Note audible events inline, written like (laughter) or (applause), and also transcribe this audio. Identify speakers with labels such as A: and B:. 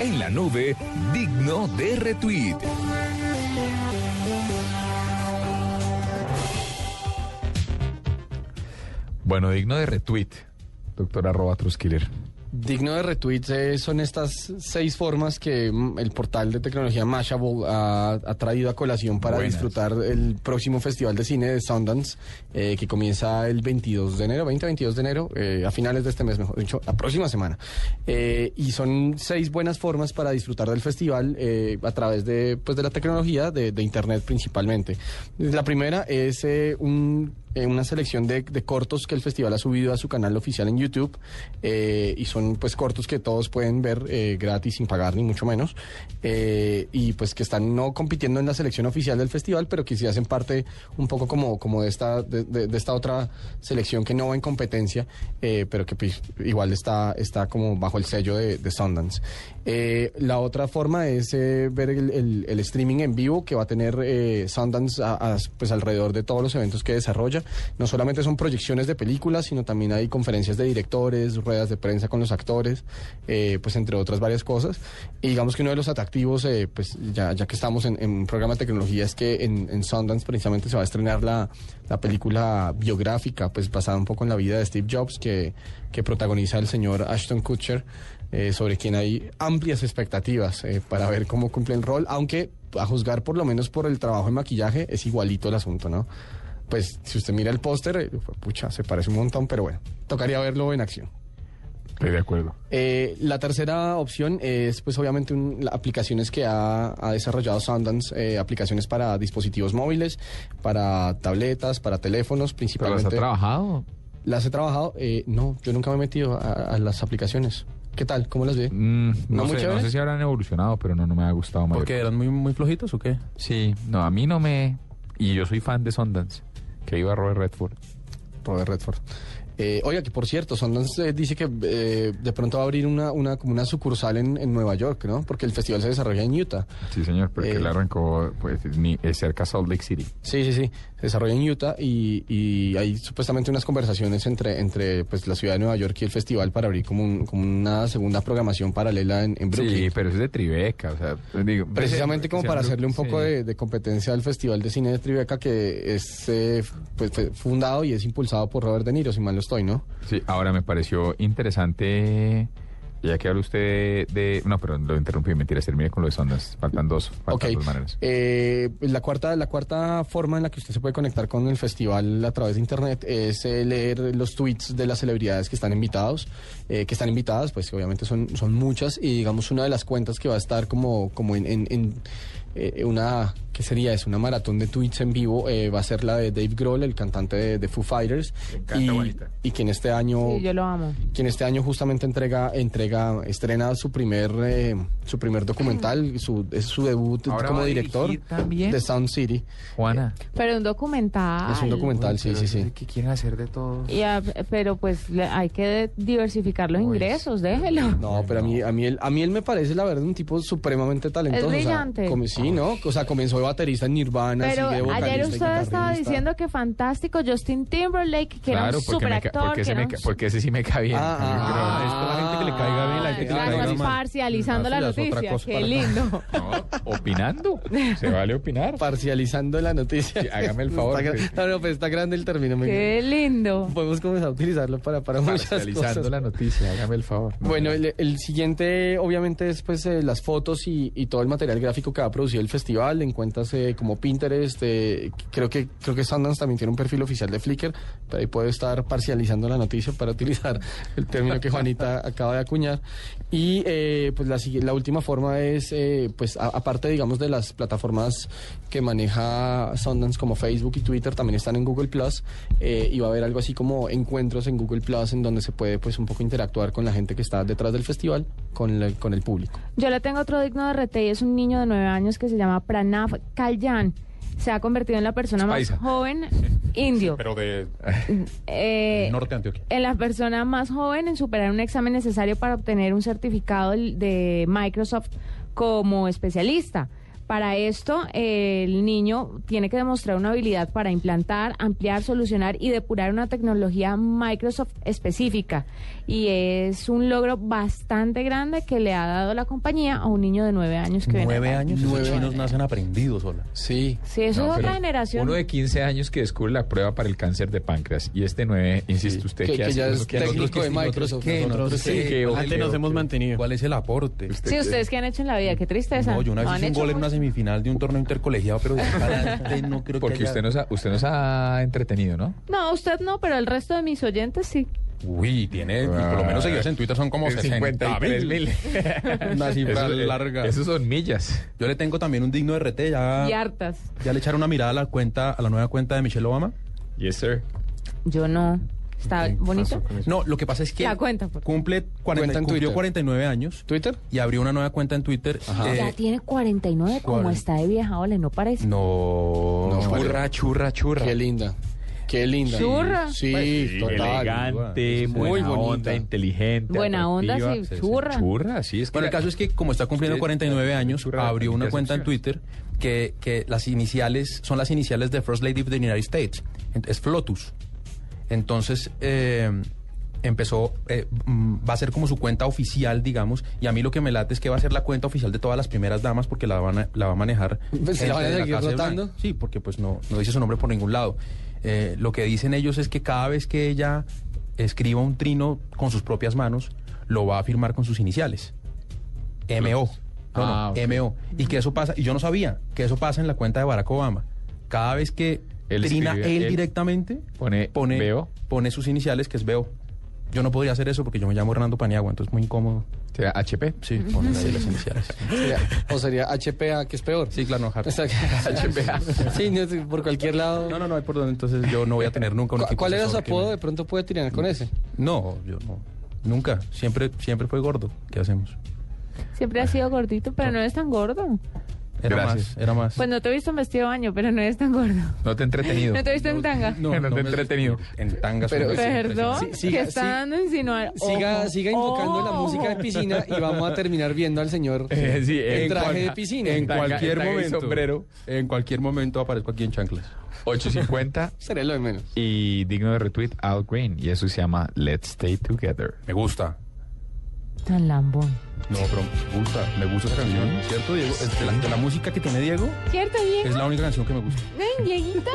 A: en la nube, digno de retweet.
B: Bueno, digno de retweet, doctor arroba Truskiller.
C: Digno de retweet eh, son estas seis formas que mm, el portal de tecnología Mashable ha, ha traído a colación para
B: Buenas.
C: disfrutar el próximo festival de cine de Sundance eh, que comienza el 22 de enero, 20-22 de enero, eh, a finales de este mes, mejor dicho, la próxima semana. Eh, y son seis buenas formas para disfrutar del festival eh, a través de, pues, de la tecnología, de, de Internet principalmente. La primera es eh, un eh, una selección de, de cortos que el festival ha subido a su canal oficial en YouTube eh, y son pues cortos que todos pueden ver eh, gratis sin pagar ni mucho menos eh, y pues que están no compitiendo en la selección oficial del festival pero que sí hacen parte un poco como, como de, esta, de, de- de esta otra selección que no va en competencia eh, pero que pues, igual está, está como bajo el sello de, de Sundance. Eh, la otra forma es eh, ver el, el- el streaming en vivo que va a tener eh, Sundance a- a- pues alrededor de todos los eventos que desarrolla. No solamente son proyecciones de películas, sino también hay conferencias de directores, ruedas de prensa con los actores, eh, pues entre otras varias cosas. Y digamos que uno de los atractivos, eh, pues ya, ya que estamos en, en un programa de tecnología, es que en, en Sundance precisamente se va a estrenar la, la película biográfica, pues basada un poco en la vida de Steve Jobs, que, que protagoniza el señor Ashton Kutcher, eh, sobre quien hay amplias expectativas eh, para ver cómo cumple el rol, aunque a juzgar por lo menos por el trabajo en maquillaje es igualito el asunto, ¿no? Pues si usted mira el póster, eh, pucha, se parece un montón, pero bueno, tocaría verlo en acción.
B: Estoy de acuerdo.
C: Eh, la tercera opción es, pues, obviamente, un- la- aplicaciones que ha, ha desarrollado Sundance, eh, aplicaciones para dispositivos móviles, para tabletas, para teléfonos,
B: ¿Pero las
C: principalmente.
B: ha trabajado?
C: ¿Las he trabajado? Eh, no, yo nunca me he metido a, a las aplicaciones. ¿Qué tal? ¿Cómo las ve?
B: Mm, no,
C: ¿No muy
B: sé, no
C: chévere?
B: sé si habrán evolucionado, pero no, no me ha gustado más.
D: Porque eran muy, muy flojitos o qué?
B: Sí, no, a mí no me... Y yo soy fan de Sundance, que iba Robert Redford.
C: Robert Redford. Eh, oiga, que por cierto, Sundance eh, dice que eh, de pronto va a abrir una, una, como una sucursal en, en Nueva York, ¿no? Porque el festival se desarrolla en Utah.
B: Sí, señor, pero que
C: Eh.
B: él arrancó pues, ni, eh, cerca a Salt Lake City.
C: Sí, sí, sí. Se desarrolla en Utah y, y hay supuestamente unas conversaciones entre, entre pues, la ciudad de Nueva York y el festival para abrir como, un- como una segunda programación paralela en, en Brooklyn. Pues
B: Sí, pero es de Tribeca, o sea... digo,
C: Precisamente
B: ese-
C: como
B: ese
C: para
B: Brook-
C: hacerle un poco
B: sí.
C: de, de competencia al Festival de Cine de Tribeca que es eh, f- pues, fue fundado y es impulsado por Robert De Niro, si mal no estoy, ¿no?
B: Sí, ahora me pareció interesante, ya que habla usted de... No, pero lo interrumpí, mentiras, terminé con lo de Sundance. Faltan dos, faltan
C: Ok.
B: dos maneras.
C: Eh, pues, la, cuarta, la cuarta forma en la que usted se puede conectar con el festival a través de internet es eh, leer los tweets de las celebridades que están invitados, eh, que están invitadas, pues que obviamente son, son muchas, y digamos una de las cuentas que va a estar como, como en, en- en, eh, una, ¿qué sería? Es una maratón de tweets en vivo, eh, va a ser la de Dave Grohl, el cantante de, de Foo Fighters,
B: Me encanta,
C: y,
B: Juanita.
C: y quien este año
E: Sí, yo lo amo.
C: quien este año justamente entrega, entrega, estrena su primer, eh, su primer documental, su, es su debut
B: Ahora va
C: como
B: a
C: director
B: dirigir también.
C: de Sound City.
B: Juana.
D: Eh,
E: Pero un documental.
C: es un documental, sí, sí, sí.
B: Que quieren hacer de todo.
E: Y a- pero pues le- hay que diversificar los
C: Pues,
B: Uy,
E: ingresos, déjelo.
C: No, pero a mí, a mí él, a mí él me parece la verdad un tipo supremamente talentoso. o sea,
E: brillante.
C: come- sí, ¿no? O sea, comenzó de baterista en Nirvana,
E: Pero
C: sigue de vocalista
E: ayer
C: y
E: usted estaba
C: guitarrista.
E: diciendo que fantástico Justin Timberlake, que era
B: claro,
E: un
B: porque, me ca-
E: superactor,
B: porque,
E: que
B: ese
E: era
B: me
E: un
B: ca- porque ese sí me cae bien.
C: Ah, ah,
B: Yo creo-
C: ah.
B: esto-
C: la gente que le caiga bien, la gente que le
E: Gracias,
B: caiga mal.
E: parcializando la
D: Ah, sí, las
E: noticia.
D: otra cosa
E: Qué
D: para-
E: lindo.
C: ah,
B: No, opinando. Se vale
E: (laughs)
B: opinar.
C: Parcializando la noticia.
B: Sí, hágame el favor,
C: Está, gra-
B: que-
C: no, no, pues está grande el término. me-
E: Qué lindo.
C: Podemos comenzar a utilizarlo para, para muchas
B: Parcializando
C: cosas.
B: la noticia, hágame el favor.
C: Bueno, el, el siguiente obviamente es pues eh, las fotos y, y todo el material gráfico que ha producido el festival en cuentas eh, como Pinterest, eh, creo que creo que Sundance también tiene un perfil oficial de Flickr, pero ahí puedo estar parcializando la noticia para (laughs) utilizar el término que Juanita acaba de acuñar. Y eh, pues la, sigui- la última forma es eh, pues a- aparte digamos de las plataformas que maneja Sundance como Facebook y Twitter también están en Google Plus eh, y va a haber algo así como encuentros en Google Plus en donde se puede pues un poco interactuar con la gente que está detrás del festival, con, la- con el público.
E: Yo le tengo otro digno de RT y es un niño de nueve años que se llama Pranav Kalyan. Se ha convertido en la persona más
B: Paisa.
E: joven indio.
D: Pero de
E: Eh,
D: norte de Antioquia.
E: en la persona más joven en superar un examen necesario para obtener un certificado l- de Microsoft como especialista. Para esto, eh, el niño tiene que demostrar una habilidad para implantar, ampliar, solucionar y depurar una tecnología Microsoft específica. Y es un logro bastante grande que le ha dado la compañía a un niño de nueve años que viene
D: Nueve
E: acá.
D: años,
C: Nueve
D: esos chinos
C: años.
D: nacen aprendidos, hola.
C: Sí.
E: Sí, eso
B: No,
E: es otra
B: pero
E: generación.
B: Uno de 15 años que descubre la prueba para el cáncer de páncreas. Y este 9, insiste
C: Sí,
B: usted,
C: que-
B: que,
C: que ya es técnico de Microsoft.
D: ¿qué?
C: Nosotros
D: Nosotros
C: sí,
D: qué,
B: que
D: ¿cuál es
B: ojalá
D: el-
B: nos hemos
F: mantenido.
D: ¿Cuál es el aporte?
E: Sí, ustedes que han hecho en la vida, qué tristeza.
D: No, yo una
E: No
D: vez
E: han
D: hice un
E: hecho
D: gol en
E: mucho.
D: una semifinal de un torneo intercolegiado, pero de ahí para adelante no creo
B: Porque
D: que haya-
B: usted nos, ha, usted nos ha entretenido, ¿no?
E: No, usted no, pero el resto de mis oyentes sí.
D: Uy, tiene, por lo menos seguidores en Twitter son como 60
B: Ah, mil.
D: (laughs) Una cifra larga.
B: eh, Esos son millas.
D: eh, Yo le tengo también un digno RT,
C: Ah.
E: Y
D: ya,
E: hartas.
D: ya le echaron una mirada a la cuenta, a la nueva cuenta de Michelle Obama.
B: Yes, sir.
E: Yo no. ¿Está bonito?
D: No, lo que pasa es que
E: La cuenta, por-
D: cumple 40,
C: Cuenta en
D: cumplió
C: Twitter.
D: 49 años
C: ¿Twitter?
D: y abrió una nueva cuenta en Twitter. eh,
E: Ya tiene 49, como
D: ¿Cuál?
E: está de vieja, ole, no parece.
D: no,
C: No,
D: churra, churra, churra.
C: Qué linda. Qué linda.
E: Churra.
C: Sí,
B: Sí,
C: total.
B: Elegante,
C: Muy
B: buena
C: bonita.
B: onda, inteligente.
E: Buena onda,
B: atractiva.
E: sí, churra.
B: Churra, sí. Es que
D: Bueno, el
B: la-
D: caso es que como está cumpliendo
B: Sí,
D: 49 años,
B: cultura de
D: abrió una
B: las
D: cuenta en
B: excepciones.
D: Twitter que, que las iniciales son las iniciales de First Lady of the United States. Ent- Es Flotus. Entonces eh, empezó, eh, mm, va a ser como su cuenta oficial, digamos, y a mí lo que me late es que va a ser la cuenta oficial de todas las primeras damas porque la van a, la va a manejar.
C: Pues, ¿se la van a
D: gente de
C: seguir
D: Casa de
C: rotando?
D: Blanca. Sí, porque pues no, no dice su nombre por ningún lado. Eh, lo que dicen ellos es que cada vez que ella escriba un trino con sus propias manos, lo va a firmar con sus iniciales. MO. No, no,
C: Ah, ok.
D: MO. Y que eso pasa, y yo no sabía que eso pasa en la cuenta de Barack Obama. Cada vez que
B: Él
D: trina
B: escribe,
D: él,
B: él
D: directamente,
B: pone BO.
D: pone sus iniciales, que es BO. Yo no podría hacer eso porque yo me llamo Hernando Paniagua, entonces muy incómodo.
B: O sea, HP.
D: Sí, ponen ahí las iniciales.
C: Sería- o sería HPA, que es peor. (laughs)
D: (laughs) Sí, claro, no, Harry.
C: HPA. Sí, no, sí, por cualquier lado.
D: No, no, no hay por dónde, entonces yo no voy a tener nunca un
C: ¿Cu-
D: equipo
C: ¿Cuál era su
D: asesor que
C: apodo?
D: me-
C: De pronto puede tirar con ese.
D: No, yo no. Nunca. Siempre, siempre fue gordo. ¿Qué hacemos?
E: Siempre ha sido gordito, pero no es tan gordo.
D: Era
B: Gracias.
D: más, era más.
E: Pues no te he visto en vestido de baño, pero no es tan gordo.
B: No te he entretenido.
E: (laughs) No te he visto en tanga.
C: (laughs)
B: No, no te he
D: me-
B: entretenido.
D: En tangas.
C: Pero-
D: pues,
E: Perdón,
C: Sí, siga,
E: que está
C: sí.
E: dando a insinuar.
C: Siga,
E: Ojo.
C: siga invocando la
E: Ojo.
C: música de piscina y vamos a terminar viendo al señor
B: (laughs) Eh, sí,
C: en
B: en
C: traje
B: cual-
C: de piscina.
D: En
B: Tanga-
D: cualquier
B: tanga y
D: momento.
B: sombrero.
D: En cualquier momento aparezco aquí en chanclas.
B: 850
C: Sería lo de menos.
B: y digno de retweet Al Green. Y eso se llama Let's Stay Together.
D: Me gusta.
E: Tan lambón.
D: No, pero me gusta. Me gusta esa canción. ¿Cierto, Diego? Es de, la, de la música que tiene Diego,
E: ¿Cierto, Diego?
D: es la única canción que me gusta.
E: Ven, Dieguito.